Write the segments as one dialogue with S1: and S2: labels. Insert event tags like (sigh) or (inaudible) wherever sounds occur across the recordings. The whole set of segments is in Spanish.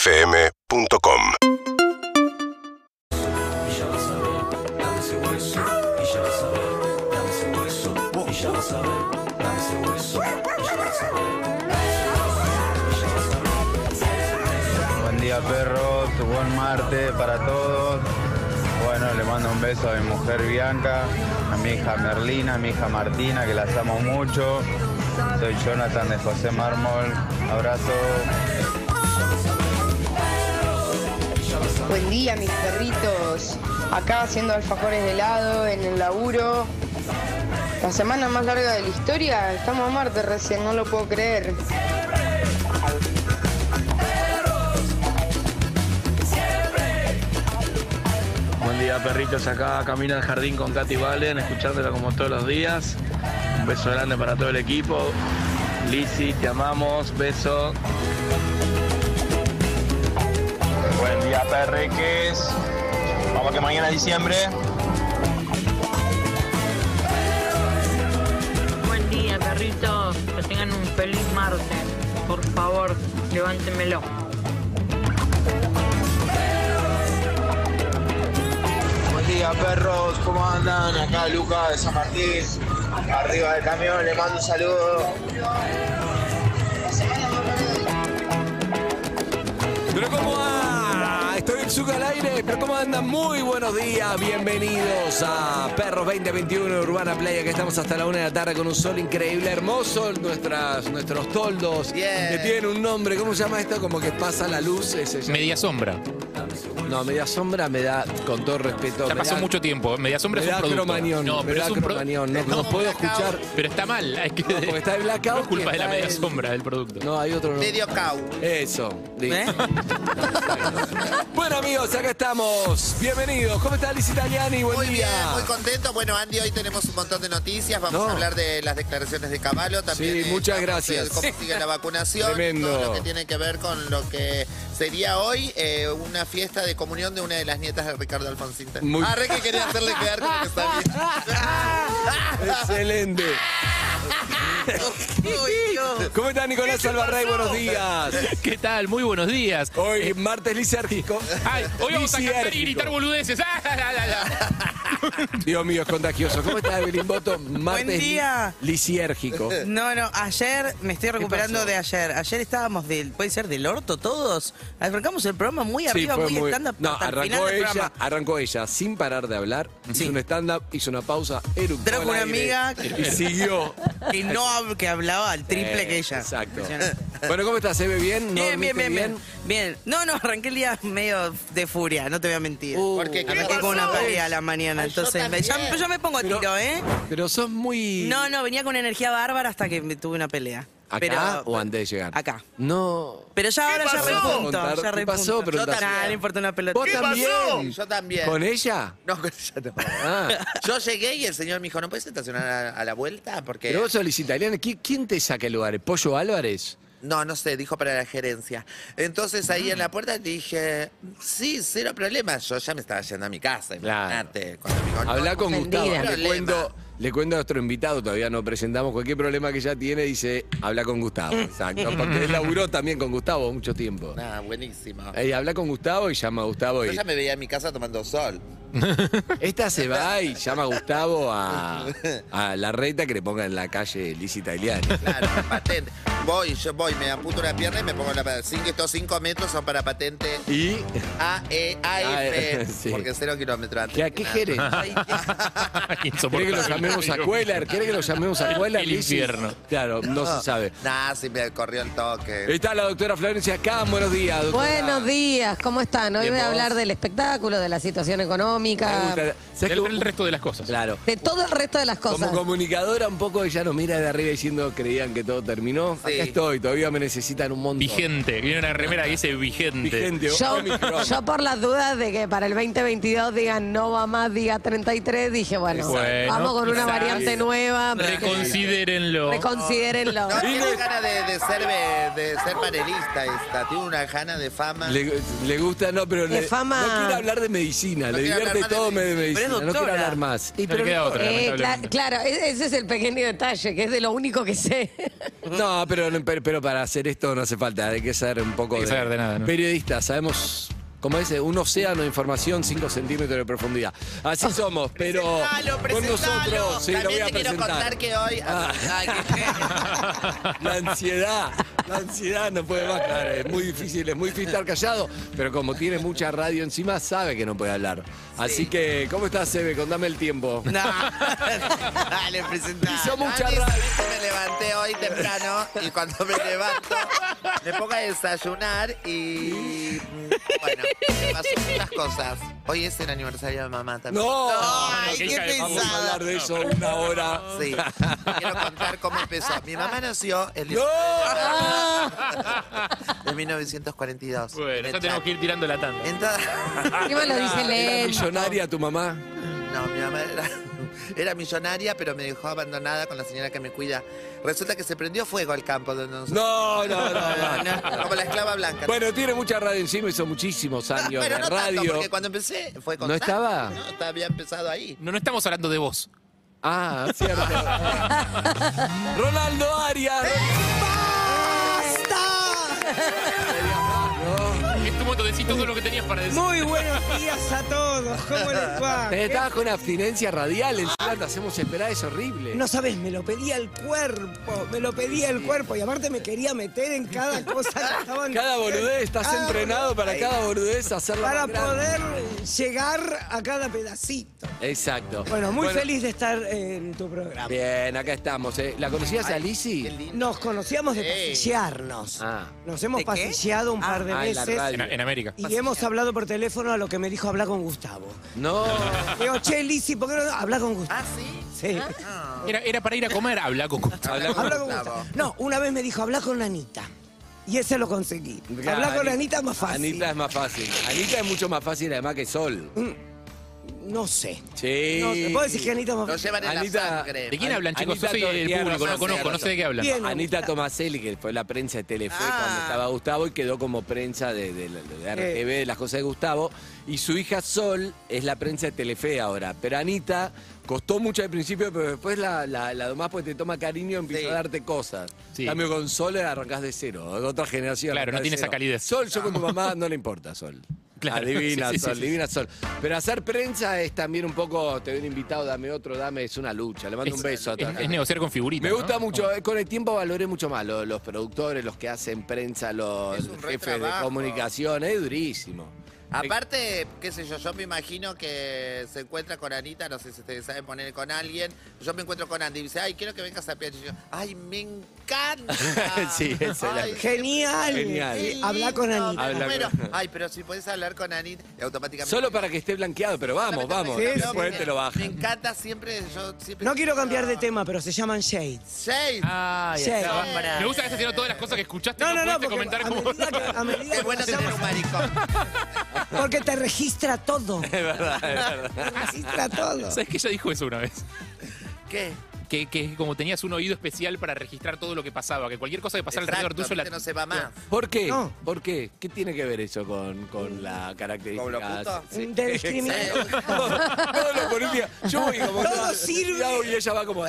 S1: UrbanaPlayFM.com
S2: Buen día perros, buen martes para todos. Bueno, le mando un beso a mi mujer Bianca, a mi hija Merlina, a mi hija Martina, que las amo mucho. Soy Jonathan de José Mármol. Abrazo.
S3: Buen día, mis perritos. Acá haciendo alfajores de helado en el laburo. La semana más larga de la historia. Estamos a martes recién, no lo puedo creer.
S4: Buen día perritos, acá camino al jardín con Katy Valen, escuchándolo como todos los días. Un beso grande para todo el equipo. Lizzy, te amamos, beso.
S2: Buen día perriques. Vamos que mañana es diciembre.
S5: Buen día, perritos. Que tengan un feliz martes. Por favor, levántenmelo.
S2: Buen día perros, ¿cómo andan? Acá Luca de San Martín, arriba del camión, le mando un saludo.
S6: Pero cómo va, estoy en Zucca al aire, pero cómo andan, muy buenos días, bienvenidos a Perros 2021 de Urbana Playa, que estamos hasta la una de la tarde con un sol increíble, hermoso, nuestras, nuestros toldos,
S7: Yeah.
S6: que tienen un nombre, ¿cómo se llama esto? Como que pasa la luz, ese,
S7: Media sombra.
S6: no, media sombra me da, con todo respeto,
S7: Ya
S6: me
S7: pasó
S6: da-
S7: mucho tiempo. ¿eh? Media sombra
S6: me
S7: es
S6: da
S7: un producto.
S6: cromañón,
S7: no,
S6: me
S7: pero
S6: da
S7: es un pro-
S6: cromañón, no, no puedo escuchar,
S7: Pero está mal. hay que-
S6: No, porque está de blackout
S7: (laughs) No es culpa
S6: y
S7: de la
S6: está
S7: media
S6: el-
S7: sombra del producto.
S6: no, hay otro nombre.
S7: Medio
S6: cow. Eso, listo.
S8: ¿Eh?
S6: (laughs) Bueno amigos, acá estamos. Bienvenidos. ¿Cómo está Liz Italiani? Buen
S9: Muy
S6: día.
S9: bien, muy contento. Bueno, Andy, hoy tenemos un montón de noticias. Vamos
S6: No.
S9: a hablar de las declaraciones de Caballo. También
S6: Sí,
S9: eh,
S6: muchas
S9: vamos,
S6: gracias.
S9: eh, Cómo sigue la vacunación.
S6: Tremendo.
S9: Todo lo que tiene que ver con lo que sería hoy eh, una fiesta de comunión de una de las nietas de Ricardo Alfonsín.
S6: Muy-
S9: Ah, re que quería hacerle quedar como que
S6: (laughs)
S9: sabía.
S6: Excelente.
S9: (laughs) Uy, Dios.
S6: ¿Cómo está Nicolás Alvarrey? Buenos días.
S7: ¿Qué tal? Muy buenos días.
S6: Hoy martes lisérgico.
S7: Ay, hoy vamos a cantar y
S6: Lisérgico.
S7: gritar boludeces. (laughs) Ah, la, la, la.
S6: Dios mío, es contagioso. ¿Cómo está Evelyn Boto? Martes
S8: Buen día.
S6: li- lisérgico.
S8: No, no, ayer me estoy recuperando
S6: pasó?
S8: de ayer. Ayer estábamos del, puede ser del orto todos. Arrancamos el programa muy arriba,
S6: fue
S8: muy, stand-up
S6: No,
S8: hasta el
S6: arrancó
S8: final del
S6: ella,
S8: programa.
S6: arrancó ella sin parar de hablar. Hizo un stand-up, hizo una pausa, eructó
S8: Trajo
S6: al
S8: una
S6: aire
S8: amiga
S6: y siguió. (laughs)
S8: que no hab- que hablaba al (laughs) triple
S6: Eh,
S8: que ella.
S6: Exacto.
S8: Impresionante.
S6: Bueno, ¿cómo estás? ¿Eve bien? ¿No
S8: Bien, bien,
S6: dormiste
S8: bien, bien, bien. No, no, arranqué el día medio de furia, no te voy a mentir.
S6: Uh,
S9: Porque creo
S8: arranqué
S9: que
S8: con una
S9: sos-
S8: pelea a la mañana,
S9: Ay, yo
S8: entonces me- ya,
S9: también.
S8: yo me pongo a
S6: Pero-
S8: tiro, ¿eh?
S6: Pero sos muy.
S8: No, no, venía con energía bárbara hasta que me tuve una pelea.
S6: ¿Acá
S8: Pero-
S6: o antes de llegar?
S8: Acá.
S6: No.
S8: Pero ya ahora ya
S6: pasó? Contar,
S8: repunto,
S6: ¿qué
S8: ya repunto.
S6: pasó?
S8: Yo
S6: Preguntás.
S8: también. Nah, no importa una pelota.
S6: ¿Vos también?
S9: Yo también.
S6: ¿Con ella?
S9: No, (laughs) con ella no.
S6: Ah.
S9: Yo llegué y el señor me dijo, ¿no puedes estacionar a, a la vuelta? Porque...
S6: Pero vos sos italiano. ¿Qui- ¿Quién te saca el lugar? ¿El ¿Pollo Álvarez?
S9: No, no sé, dijo para la gerencia. Entonces ahí
S6: Ah.
S9: en la puerta le dije, sí, cero problema. Yo ya me estaba yendo a mi casa,
S6: Claro.
S9: imagínate. cuando me contó.
S6: Habla con
S3: ofendida.
S6: Gustavo. Le
S9: Problema.
S6: cuento, le cuento a nuestro invitado, todavía no presentamos cualquier problema que ya tiene, dice, habla con Gustavo.
S7: (laughs)
S6: Exacto. Porque él laburó también con Gustavo mucho tiempo.
S9: Nah, Ah, buenísimo.
S6: Eh, habla con Gustavo y llama a Gustavo.
S9: Yo
S6: Y,
S9: ya me veía en mi casa tomando sol.
S6: esta se va
S7: (laughs)
S6: y llama a Gustavo a, a la reta que le ponga en la calle Liz
S7: (laughs)
S6: Italiani.
S9: Claro, (laughs) patente. Voy, yo voy, me amputo una pierna y me pongo la patente. Estos cinco metros son para patente
S6: Y
S9: A, E, A, F.
S6: Ah, (laughs) sí.
S9: Porque cero kilómetros antes.
S6: ¿Qué- a
S9: que
S6: qué
S9: nada.
S6: gerente?
S9: (laughs)
S6: ¿Quiere
S7: (laughs) Insoportable.
S6: que lo llamemos a Cueller? ¿Quiere que lo llamemos a Cueller?
S7: El
S6: Lisis?
S7: infierno. Ah.
S6: Claro, (laughs) no se sabe.
S9: Nah, sí me corrió el toque.
S6: Está la doctora Florencia acá. Buenos días, doctora.
S3: Buenos días, ¿cómo están? Hoy
S6: Bien,
S3: voy a
S6: ¿vos?
S3: hablar del espectáculo, de la situación
S6: Me
S3: económica,
S6: gusta. ¿Sabes
S7: El,
S6: que-
S7: el resto de las cosas.
S6: Claro.
S3: de todo el resto de las cosas.
S6: Como comunicadora, un poco ella nos mira de arriba diciendo creían que todo terminó.
S9: Sí.
S6: Acá estoy, todavía me necesitan un montón.
S7: Vigente. Viene una remera que dice vigente.
S6: Vigente.
S3: Yo,
S6: Omicron.
S3: yo por las dudas de que para el 2022 digan no va más, diga 33, dije, bueno,
S7: Bueno,
S3: vamos con una
S7: quizás.
S3: variante nueva.
S7: Reconsidérenlo.
S3: Reconsidérenlo.
S9: No, tiene
S6: Vine-
S9: ganas de, de ser, de, de ser panelista esta. Tiene una gana de fama.
S6: Le, le gusta, no, pero
S3: De
S6: le-
S3: fama.
S6: no quiere hablar de medicina,
S9: No
S6: le
S9: quiere
S6: divierte
S9: hablar
S6: de
S9: más
S6: todo me de
S9: medicina.
S6: medicina, no quiero
S3: doctora.
S6: hablar más. Y
S7: No le
S6: pero
S7: queda
S6: no-
S7: otra,
S10: Eh, cla-
S7: lamentablemente.
S10: claro, e- ese es el pequeño detalle, que es de lo único que sé.
S6: (laughs) No, pero, no- pero, pero para hacer esto no hace falta, hay que saber un poco
S7: Hay que
S6: de,
S7: saber de nada, ¿no?
S6: periodistas, sabemos, como dice, un océano de información, 5 centímetros de profundidad. Así somos, pero
S9: Presentalo,
S6: con
S9: presentalo.
S6: nosotros, sí, lo voy
S9: También
S6: a
S9: te quiero
S6: presentar.
S9: contar que hoy.
S6: Ah.
S9: Ay, que-
S6: La ansiedad, la ansiedad no puede más, claro, es muy difícil, es muy difícil estar callado, pero como tiene mucha radio encima, sabe que no puede hablar. Así que, ¿cómo estás, Eve? Contame el tiempo.
S3: No.
S9: (laughs) Dale, presentá.
S6: Hizo mucha
S9: Dani,
S6: radio.
S9: sabés que me levanté hoy temprano y cuando me levanto me pongo a desayunar y mm, bueno, me pasó muchas cosas. Hoy es el aniversario de mamá también.
S6: No,
S9: Ay,
S7: qué
S9: qué
S7: cae-
S6: vamos a
S9: pesada.
S6: hablar de eso una hora.
S9: Sí, quiero contar cómo empezó. Mi mamá nació el
S6: (laughs) ¡No!
S9: 19 Ah, de 1942.
S7: Bueno,
S9: Me
S7: ya tenemos que ir tirando la tanda.
S9: Entonces- (laughs)
S10: Encima lo dice
S6: ¿Era
S10: lento.
S6: millonaria tu mamá?
S9: No, mi mamá era, era millonaria, pero me dejó abandonada con la señora que me cuida. Resulta que se prendió fuego al campo donde nosotros.
S6: No, no, no,
S9: (laughs)
S6: no.
S9: Como la esclava blanca.
S6: Bueno, tiene mucha radio encima, hizo muchísimos años
S9: pero
S6: de
S9: no
S6: radio.
S9: tanto, porque cuando empecé fue con
S6: ¿No
S9: Santi,
S6: estaba?
S9: No, estaba- había empezado ahí.
S7: No, no estamos hablando de vos.
S6: Ah,
S3: (laughs)
S6: cierto. Ronaldo Arias.
S7: Es tu moto, decís todo lo que tenías para decir.
S3: Muy buenos días a todos. ¿Cómo les va?
S6: Te Estabas con abstinencia radial, encima te hacemos esperar, es horrible.
S3: No sabes, me lo pedía el cuerpo, me lo pedía el cuerpo y aparte me quería meter en cada cosa que estaban
S6: Cada boludez, estás
S3: Cada
S6: entrenado para
S3: boludez.
S6: cada boludez hacerla
S3: para
S6: más grande.
S3: poder llegar a cada pedacito.
S6: Exacto.
S3: Bueno, muy feliz de estar en tu programa.
S6: Bien, acá estamos. eh. ¿La conocías a
S9: Qué
S6: Lizzy?
S9: lindo.
S3: Nos conocíamos de
S9: Sí.
S3: pasearnos.
S6: Ah.
S3: Nos hemos
S10: ¿De qué?
S3: paseado un par de
S6: Ah, en la
S3: veces
S6: radio.
S7: En, en América.
S3: y hemos hablado por teléfono a lo que me dijo hablar con Gustavo. (laughs)
S6: No.
S3: Le Digo, che, Lizzy, ¿por qué no hablar con Gustavo?
S9: Ah, sí. Ah.
S3: Sí.
S7: Era, era para ir a comer, habla con Gustavo.
S6: Habla con-
S3: Habla con Gustavo. No, una vez me dijo, habla con Anita. Y ese lo conseguí. Hablar con Anita es más fácil.
S6: Anita es más fácil. Anita es mucho más fácil además que Sol.
S3: No sé.
S6: Sí.
S3: Mm. No, ¿Puedo decir que Anita es más
S9: Lo llevan en
S6: Anita,
S7: ¿De
S9: la sangre.
S7: quién hablan, chicos?
S6: Anita
S7: Yo soy el
S6: Torriano,
S7: público, no
S6: Sanz,
S7: conozco, no sé de qué hablan.
S3: Bien.
S6: Anita Tomaselli, que fue la prensa de Telefe cuando estaba Gustavo y quedó como prensa de, de, de- de RTV, de las cosas de Gustavo. Y su hija Sol es la prensa de Telefe ahora. Pero Anita costó mucho al principio, pero después la, la, la domás porque te toma cariño y empieza
S9: Sí.
S6: a darte cosas.
S7: Sí.
S6: En Cambio con Sol arrancás de cero, otra generación.
S7: Claro,
S6: arrancás
S7: no
S6: de
S7: tiene esa
S6: cero.
S7: calidez.
S6: Sol, yo como mamá no le importa Sol.
S7: (laughs) Claro,
S6: Adivina,
S7: sí, sí,
S6: Sol,
S7: sí, sí.
S6: divina Sol. Pero hacer prensa es también un poco, te ven invitado, dame otro, dame, es una lucha. Le mando un beso a
S7: es,
S6: toda la
S7: es negociar con figuritas.
S6: me gusta
S7: ¿no?
S6: mucho, eh, con el tiempo valoré mucho más lo- los, productores, los que hacen prensa, los
S9: Es un re
S6: jefes de
S9: trabajo.
S6: comunicación, es durísimo.
S9: Aparte, qué sé yo, yo me imagino que se encuentra con Anita, no sé si ustedes saben poner con alguien. Yo me encuentro con Andy y dice, ay, quiero que vengas a Piachi. Y yo, ay, me encanta.
S6: (laughs) Sí, esa es la-
S9: Ay,
S3: Genial.
S6: Genial.
S9: qué
S3: Habla con
S9: lindo,
S3: Anita.
S9: me
S6: Habla
S9: muero.
S6: con-
S9: Ay, pero si podés hablar con Anita, y automáticamente.
S6: Solo para que esté blanqueado, pero vamos, vamos,
S3: Sí, sí,
S6: después
S3: sí.
S6: te lo
S9: Me
S6: bajan.
S9: encanta siempre, yo siempre.
S3: No quiero cambiar de tema, pero se llaman Shades.
S9: Seis.
S6: Ah.
S7: Ay,
S3: Sí.
S7: estaba- Me gusta que estás haciendo todas las cosas que escuchaste
S3: No,
S7: y
S3: no, no,
S7: pudiste
S3: porque
S7: comentar
S3: a
S7: como...
S3: medida que, a medida
S9: Qué
S3: que
S9: bueno
S3: nos
S9: tener un
S3: llamamos-
S9: maricón.
S3: porque te registra (laughs) todo.
S6: Es verdad, es verdad.
S3: Te registra todo.
S7: (laughs) ¿Sabes que ella dijo eso una vez?
S9: ¿Qué?
S7: Que, que como tenías un oído especial para registrar todo lo que pasaba, que cualquier cosa que pasara alrededor
S9: Exacto,
S7: tuyo la...
S9: viste, no se va más.
S6: ¿Por qué?
S3: No.
S6: ¿Por qué? ¿Qué tiene que ver eso con, con la característica?
S9: ¿Con lo puto?
S3: De discriminación.
S6: Todo, (laughs) todo lo política. Yo voy como
S3: Todo sirve.
S6: Y ella va como.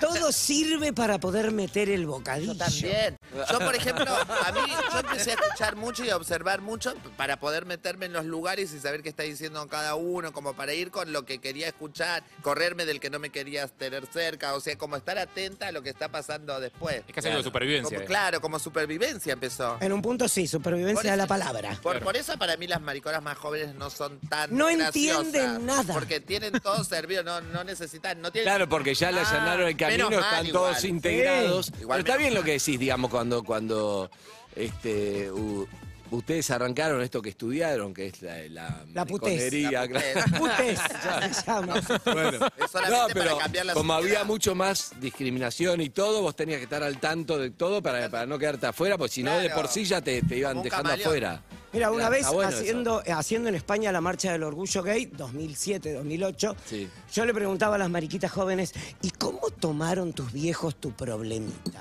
S3: Todo sirve para poder meter el
S9: (laughs)
S3: bocadillo.
S9: Yo también. Yo, por ejemplo, a mí yo empecé a escuchar mucho y a observar mucho para poder meterme en los lugares y saber qué está diciendo cada uno, como para ir con lo que quería escuchar, correrme del que no me querías tener cerca, o sea, como estar atenta a lo que está pasando después.
S7: Es que es algo de supervivencia.
S9: Como-
S7: eh.
S9: claro, como supervivencia empezó.
S3: En un punto sí, supervivencia de la palabra.
S9: Por, por eso para mí las mariconas más jóvenes no son tan
S3: No
S9: graciosas,
S3: entienden nada.
S9: Porque tienen todo servido, no, no necesitan, no tienen...
S6: Claro, porque ya le allanaron el
S9: Ah,
S6: camino,
S9: menos mal
S6: están
S9: igual.
S6: todos integrados.
S9: Sí.
S6: Pero
S9: Igual
S6: está
S9: menos
S6: bien lo que decís, digamos, cuando, cuando este, u- ustedes arrancaron esto que estudiaron, que es la, la,
S3: La putez.
S6: mariconería,
S9: La
S6: claro.
S9: putez.
S6: (laughs)
S3: Ustedes se llama.
S6: Bueno,
S9: Es solamente
S6: no,
S9: para
S6: pero
S9: cambiar la
S6: como
S9: sociedad.
S6: había mucho más discriminación y todo, vos tenías que estar al tanto de todo para, para no quedarte afuera, porque si no, de
S9: Claro.
S6: por sí ya te, te iban
S9: Como un
S6: dejando
S9: camaleón.
S6: afuera.
S3: Mira, una
S6: Está
S3: vez
S6: bueno eso.
S3: haciendo, eh, haciendo en España la marcha del orgullo gay, 2007, 2008,
S6: Sí.
S3: yo le preguntaba a las mariquitas jóvenes, ¿y cómo tomaron tus viejos tu problemita?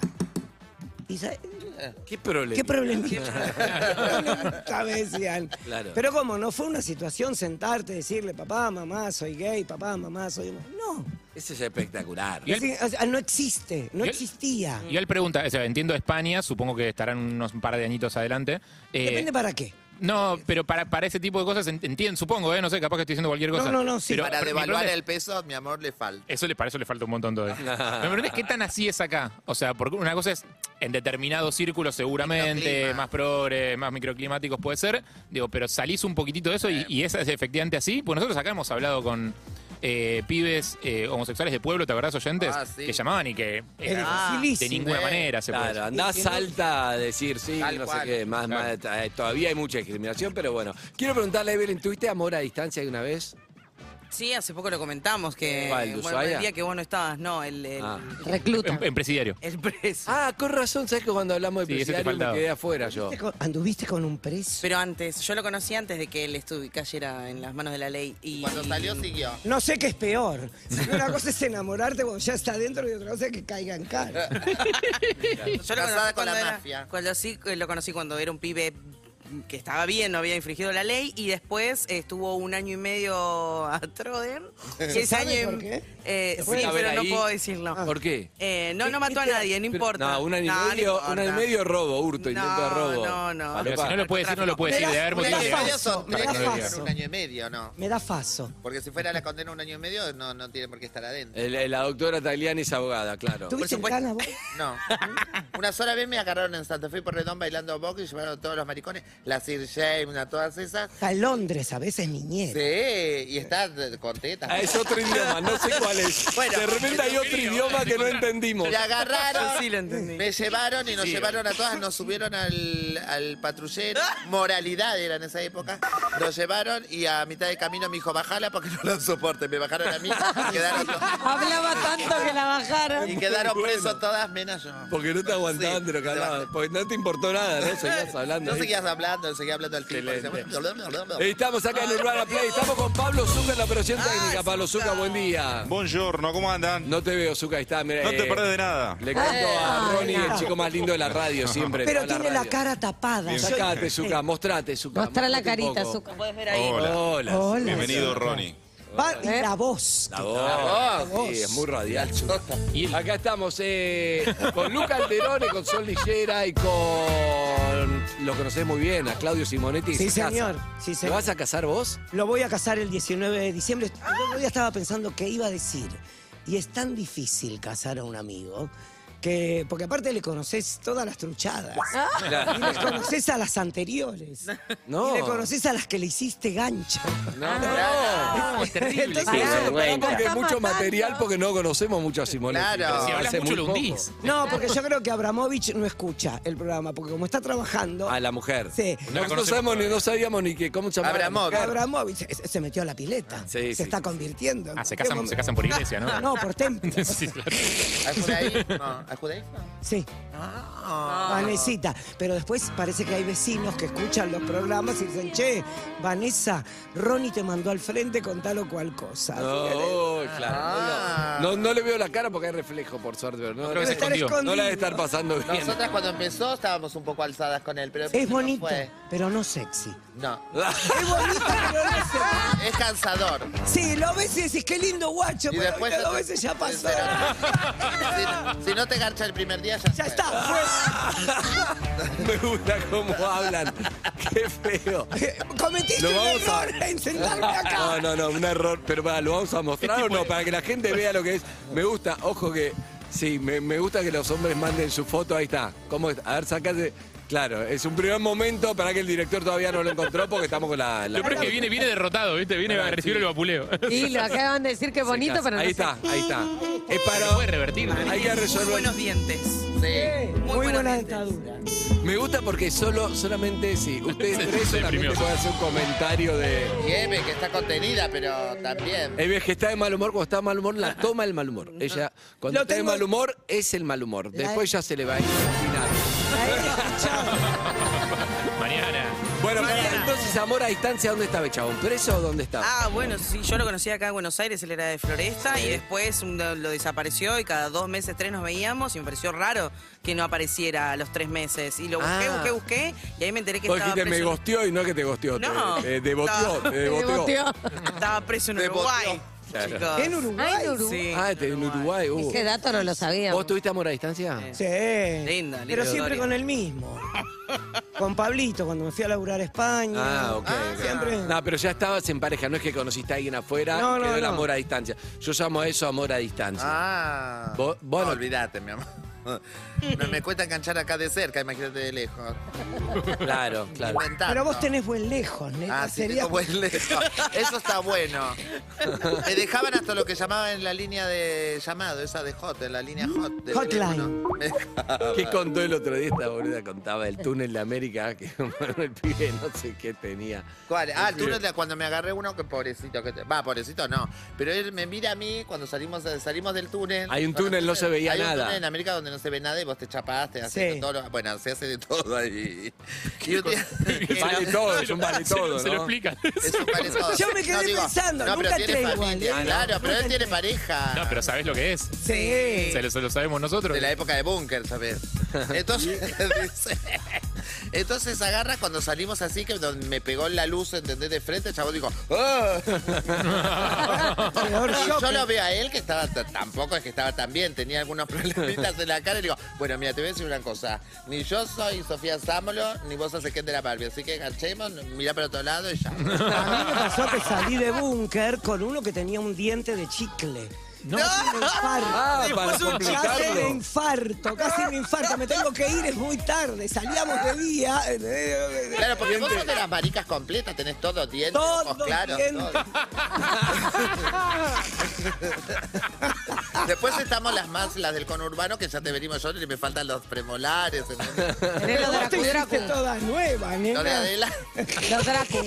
S3: Y sa-
S6: ¿Qué problema?
S3: ¿Qué
S6: (laughs)
S3: problemita? Nunca me decían.
S6: Claro.
S3: Pero como, no fue una situación sentarte, decirle, papá, mamá, soy gay, papá, mamá, soy... homo-". No,
S6: Eso es espectacular.
S7: Y él-
S3: Sí, o sea, no existe, no
S7: ¿Y él?
S3: existía.
S7: Y él pregunta, o sea, entiendo España, supongo que estarán unos par de añitos adelante. eh,
S3: Depende para qué.
S7: No, pero para, para ese tipo de cosas ent- entiendo, supongo, ¿eh? No sé, capaz que estoy diciendo cualquier cosa.
S3: no, no, sí.
S7: Pero-
S9: Para
S7: pero mi
S9: devaluar
S7: pregunta es-
S9: el peso, mi amor, le falta.
S7: Eso le, para eso le falta un montón
S6: (laughs)
S7: todavía. Me pregunta es qué tan así es acá. O sea, porque una cosa es en determinados círculos seguramente,
S9: Microclima.
S7: más progres, más microclimáticos puede ser. Digo, pero salís un poquitito de eso y, y es efectivamente así. Pues nosotros acá hemos hablado con eh, pibes eh, homosexuales de pueblo, ¿te acordás, oyentes?
S9: Ah, sí.
S7: Que llamaban y que
S3: Es
S7: era- de
S3: dificilísimo.
S7: ninguna
S9: eh,
S7: manera se puede.
S6: Claro, andás salta a decir, sí,
S9: Tal
S6: no sé
S9: cual.
S6: qué, más, más, eh, todavía hay mucha discriminación, pero bueno. Quiero preguntarle, Evelyn, ¿tuviste amor a distancia alguna vez?
S8: Sí, hace poco lo comentamos que
S6: ¿Cuál, de
S8: bueno,
S6: Ushuaia?
S8: el día que vos no estabas, no, el, el,
S6: Ah.
S10: Recluta.
S7: En, en presidiario.
S8: el preso.
S6: Ah, con razón, ¿sabes que cuando hablamos de
S7: Sí, ese te
S6: presidiario me
S7: faltaba.
S6: quedé afuera yo?
S3: ¿Anduviste con- ¿Anduviste con un preso?
S8: Pero antes, yo lo conocí antes de que él estuvi, cayera en las manos de la ley. Y
S9: Cuando salió, siguió.
S3: No sé qué es peor. Una cosa es (laughs)
S6: (laughs)
S3: enamorarte cuando ya está adentro y otra cosa es que caiga en cara.
S8: Yo lo conocí
S9: Casada con
S8: cuando
S9: la
S8: era-
S9: mafia.
S8: cuando sí, eh, lo conocí cuando era un pibe que estaba bien, no había infringido la ley y después eh, estuvo un año y medio a Troden. Seis
S3: sabe
S8: años.
S3: por qué?
S8: eh,
S6: ¿Se
S8: sí,
S6: puede saber
S8: pero no
S6: ahí?
S8: puedo decirlo.
S6: ¿Por qué?
S8: Eh, no, no mató a nadie, no
S6: Pero-
S8: importa.
S6: No, un año
S8: No,
S6: y
S8: no
S6: medio, un año y
S8: importa.
S6: medio robo, hurto, intento de
S8: No,
S6: robo.
S8: no, no.
S6: Falopa.
S7: Pero si no lo puede decir, no lo puede
S3: Me
S7: decir.
S3: da-
S7: Debe haber
S3: me
S9: Un
S7: motivos
S9: año
S3: da
S7: legales.
S9: y medio
S3: falso,
S9: son
S3: me
S7: da
S9: tres años,
S3: falso.
S9: un año y medio, no.
S3: Me da faso.
S9: Porque si fuera la condena un año y medio, no, no tiene por qué estar adentro.
S6: El- la doctora Tagliani es abogada, claro.
S3: ¿Tuviste
S9: supuesto.
S3: ganas vos? (laughs)
S9: No. Una sola vez me agarraron en Santa Fe por Redón bailando boca y llevaron a todos los maricones, la Sir James, a todas esas.
S3: A Londres a veces niñera.
S9: Sí, y está eh, con tetas.
S6: Ah, es (laughs) otro idioma, no sé cuál es.
S9: Bueno,
S6: de repente hay otro idioma que no entendimos.
S9: Me agarraron,
S8: Yo sí lo entendí.
S9: me llevaron y nos
S7: Sí.
S9: llevaron a todas, nos subieron al, al patrullero, moralidad era en esa época, nos llevaron y a mitad de camino me dijo, bajala porque no lo soporte, me bajaron a mí y quedaron,
S10: Hablaba tanto que la bajaron.
S9: y quedaron presos todas menos yo.
S6: Porque no te aguantaban
S9: Sí,
S6: de lo que
S9: te
S6: hablabas,
S9: bajé.
S6: porque no te importó nada, ¿no? Seguías hablando.
S9: No
S6: ahí.
S9: seguías hablando, seguía hablando al fin.
S6: Excelente. Este
S9: parecía, "Bla, bla, bla, bla".
S6: Estamos acá en Urbana Play, estamos con Pablo Zucca en la
S3: Ah,
S6: operación técnica. Pablo Zucca, buen día.
S2: Buongiorno, ¿cómo andan?
S6: No te veo, Zucca, ahí está, mira. eh,
S2: nada.
S6: Le cuento a Ronnie, el chico más lindo de la radio siempre. de
S3: Ah, Pero
S6: toda
S3: tiene la
S6: radio.
S3: cara tapada. Yo-
S6: Sacate, Zucca, mostrate, Zucca.
S10: Mostrá la
S6: mostrate un
S10: carita,
S6: poco.
S10: Zucca.
S8: Podés ver ahí.
S6: Hola.
S3: Hola.
S2: Ronnie.
S3: Va- y la voz.
S6: La voz, sí, es muy radial. Y acá estamos eh, con Luca Alderone, con Sol Lillera y con. Lo conocés muy bien, a Claudio Simonetti. que
S3: Sí,
S6: se casa.
S3: señor. Sí,
S6: ¿Te
S3: señor.
S6: vas a casar vos?
S3: Lo voy a casar el 19 de diciembre. El otro día estaba pensando qué iba a decir. Y es tan difícil casar a un amigo que. Porque aparte le conoces todas las truchadas. Y le conoces a las anteriores.
S6: No.
S3: Y le conoces a las que le hiciste gancho.
S6: No,
S10: Ah.
S7: No, Oh,
S6: (laughs)
S7: es terrible.
S3: Entonces-
S6: Pará,
S3: Sí,
S6: pará, porque hay
S10: Está
S6: mucho
S10: matando.
S6: material porque no conocemos mucho a Simonetti.
S9: Claro.
S6: pero
S7: Si hablas
S6: hace
S7: mucho
S6: muy
S7: lo
S6: poco.
S7: hundís.
S3: No, porque yo creo que Abramovich no escucha el programa, porque como está trabajando.
S6: A la mujer.
S3: Sí.
S7: No la
S6: No,
S7: conocemos
S6: sabemos ni,
S7: todavía.
S6: no sabíamos ni que, cómo se llama.
S9: Abramovich.
S3: Abramovich se- se metió a la pileta.
S6: Sí,
S3: se
S6: sí,
S3: está
S6: sí.
S3: convirtiendo.
S7: Ah, se casan,
S6: (laughs)
S7: se casan por iglesia, ¿no?
S3: No, por templo.
S7: Sí, claro.
S9: ¿Al judaísmo? ¿Al judaísmo?
S3: Sí.
S9: Ah.
S3: Vanesita. Pero después parece que hay vecinos que escuchan los programas y dicen, che, Vanessa, Ronnie te mandó al frente con tal o cual cosa.
S6: No,
S9: Ah.
S6: claro. No, no le veo la cara porque hay reflejo, por suerte. Pero no,
S7: creo que
S6: no-
S7: se escondió.
S6: no la debe estar pasando bien.
S9: Nosotras cuando empezó estábamos un poco alzadas con él, pero
S3: Es
S9: no
S3: bonito,
S9: fue.
S3: pero no sexy.
S9: No.
S3: Es bonito, pero no sexy.
S9: Es cansador.
S3: Sí, lo ves y decís, qué lindo guacho,
S9: Y
S3: pero
S9: después
S3: ahorita
S9: te-
S3: dos veces ya pasó.
S9: Si no, si no te garcha el primer día, ya,
S3: Ya
S9: fue.
S3: está, fue.
S6: (laughs) Me gusta cómo hablan. Qué feo.
S3: Cometiste
S6: Lo
S3: un
S6: vamos a-
S3: error (laughs) en sentarme acá. Este
S6: No, no, no, un error. Pero para, ¿lo vamos a mostrar o no? Para que la gente vea lo que es. Me gusta, ojo que. Sí, me, me gusta que los hombres manden su foto. Ahí está. ¿Cómo es? A ver, sacate. Claro, es un primer momento para que el director todavía no lo encontró porque estamos con la. la-
S7: Lo peor es que viene, viene derrotado, ¿viste? Viene a recibir el vapuleo.
S10: Y lo acaban de decir que es bonito, pero no
S6: Ahí
S10: sé.
S6: está, ahí está. Es para.
S7: (laughs) Se puede revertir.
S6: Hay que
S8: Muy
S6: resolver.
S8: buenos dientes.
S9: Sí.
S3: Muy,
S8: buenas
S3: buena
S8: mentes.
S3: dentadura.
S6: Me gusta porque solo, solamente si ustedes
S7: Se-
S6: tres
S7: se
S6: solamente
S7: deprimió.
S6: pueden hacer un comentario de.
S9: Y Eve, que está contenida, pero también.
S6: Eve que está de mal humor, cuando está de mal humor, la toma el mal humor. Ella, cuando
S3: Lo
S6: está de
S3: tengo-
S6: mal humor, es el mal humor.
S8: (laughs)
S6: Después ya se le va a ir al final.
S3: La he escuchado.
S7: Mañana.
S6: Bueno, pará, entonces amor a distancia, ¿dónde estaba el chabón? ¿Preso o dónde estaba?
S8: Ah, bueno, sí, yo lo conocí acá en Buenos Aires, él era de Floresta y después un- lo, lo desapareció y cada dos meses, tres nos veíamos y me pareció raro que no apareciera a los tres meses. Y lo busqué,
S6: Ah.
S8: busqué, busqué y ahí me enteré que
S6: Vos
S8: estaba
S6: dijiste me
S8: preso.
S6: gosteó y no que te gosteó. te-
S8: No.
S6: eh, te boteó,
S8: Estaba-
S6: te boteó.
S8: (laughs) Estaba preso en
S6: Te boteó.
S8: Uruguay.
S6: Claro.
S8: chicos.
S3: ¿En Uruguay?
S10: Ah, en Uruguay.
S8: Sí.
S6: Ah, te- en Uruguay. uh.
S10: Ese dato no lo sabíamos.
S6: ¿Vos tuviste amor a distancia?
S3: Sí.
S8: Linda, linda
S3: Pero siempre
S8: historia.
S3: con el mismo. Con Pablito, cuando me fui a laburar a España.
S6: Ah, ok. ok.
S3: Siempre.
S6: No, pero ya estabas en pareja, no es que conociste a alguien afuera,
S3: No, no,
S6: quedó el
S3: no.
S6: amor a distancia. Yo llamo a eso amor a distancia.
S9: Ah.
S6: Vos- vos
S9: no,
S6: no-
S9: olvídate, mi (laughs) amor. No me cuesta enganchar acá de cerca, imagínate de lejos.
S6: Claro, claro.
S9: Inventar,
S3: Pero vos
S9: ¿no?
S3: tenés buen lejos, neta.
S9: Ah, sí,
S3: Eh, Sería-
S9: tengo buen
S3: (laughs)
S9: lejos. Eso está bueno. Me dejaban hasta lo que llamaban la línea de llamado, esa de hot, la línea hot. de
S3: Hotline.
S9: teléfono. Me dejaban.
S6: ¿Qué contó el otro día esta boluda? Contaba el túnel de América, que (laughs) el pibe no sé qué tenía.
S9: (laughs) ¿Cuál? Ah, tú no te- cuando me agarré uno que pobrecito que te- va, pobrecito no, pero él me mira a mí cuando salimos salimos del túnel.
S6: Hay un
S9: Cuando
S6: túnel, no se veía
S9: hay Un
S6: nada.
S9: túnel en América donde no se ve nada y vos te chapaste haciendo
S3: Sí.
S9: todo, lo- bueno, se hace de todo
S6: (laughs)
S9: ahí. Y un día-
S6: Vale todo, es un vale todo,
S7: Se lo
S6: ¿no?
S7: explican.
S9: (laughs) Eso parece todo.
S3: Yo me quedé pensando,
S9: no, pero
S3: nunca
S9: tiene
S3: entré igual,
S9: familia,
S3: ¿eh?
S9: Claro, pero él
S3: Nunca
S9: tiene
S3: entré.
S9: pareja.
S7: No, pero ¿sabés lo que es?
S3: Sí.
S7: Se lo, se lo sabemos nosotros.
S9: De la época de Bunker, ¿sabes? Entonces, (laughs) dice- entonces agarra cuando salimos así, que donde me pegó la luz, ¿entendés? De frente, el chavo dijo, "Ah".
S3: Peor
S9: Y yo
S3: shopping.
S9: lo veo a él que estaba, t- tampoco es que estaba tan bien, tenía algunos (laughs) problemitas en la cara y le digo, bueno, mira, te voy a decir una cosa, ni yo soy Sofía Sámolo, ni vos sos Ken de la Barbie, así que ganchemos, mirá para otro lado y ya.
S3: A mí me
S9: (laughs)
S3: pasó que salí de búnker con uno que tenía un diente de chicle.
S7: No.
S3: Casi me infarto.
S6: Ah, para
S3: Casi me
S6: complicarlo.
S3: infarto, casi me infarto. Me tengo que ir, es muy tarde. Salíamos de día.
S9: Claro, porque vos sos de las maricas completas, tenés todo dientes, ojos
S3: Todo
S9: claros,
S3: diente.
S9: todo. (laughs) Después estamos las más, las del conurbano, que ya te venimos yo, y me faltan los premolares. ¿entendés?
S10: Tenés los
S3: Vos
S10: Dracu
S3: te hiciste
S10: Dracu.
S3: todas nuevas, nena.
S9: Los de Adela,
S10: Los Dracu.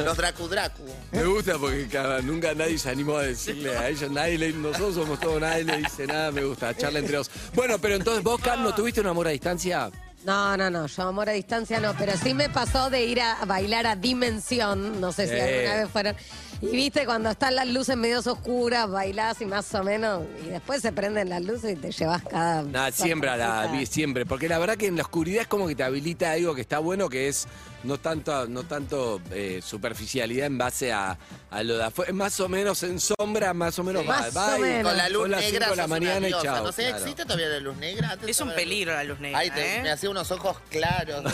S9: los dracudracu.
S6: Me gusta porque cada- nunca nadie se animó a decirle a ella, nadie le, nosotros somos todos, nadie le dice nada, me gusta, charla entre dos. Bueno, pero entonces vos, Carlos, ¿tuviste un amor a distancia?
S10: No, no, no, yo amor a distancia no, pero sí me pasó de ir a bailar a Dimensión, no sé si
S6: Sí.
S10: alguna vez fueron. Y viste, cuando están las luces medio oscuras, bailás y más o menos, y después se prenden las luces y te llevas cada...
S6: Nada, siempre a la vi-
S10: sorpresita.
S6: siempre, porque la verdad que en la oscuridad es como que te habilita algo que está bueno, que es no tanto, no tanto eh, superficialidad en base a, a lo de afuera, más o menos en sombra, más o menos
S10: Sí.
S6: va-
S10: Más
S6: va
S10: o
S6: y-
S10: menos.
S9: Con la luz
S6: son las
S9: negra
S6: cinco de la
S9: sos una
S6: mañana y
S9: diosa.
S6: chao.
S9: No sé,
S6: claro.
S9: ¿existe todavía la luz negra? Antes
S8: Es un
S9: estaba la
S8: peligro la luz negra.
S9: Ay, te-
S8: ¿eh?
S9: me hacía unos ojos claros.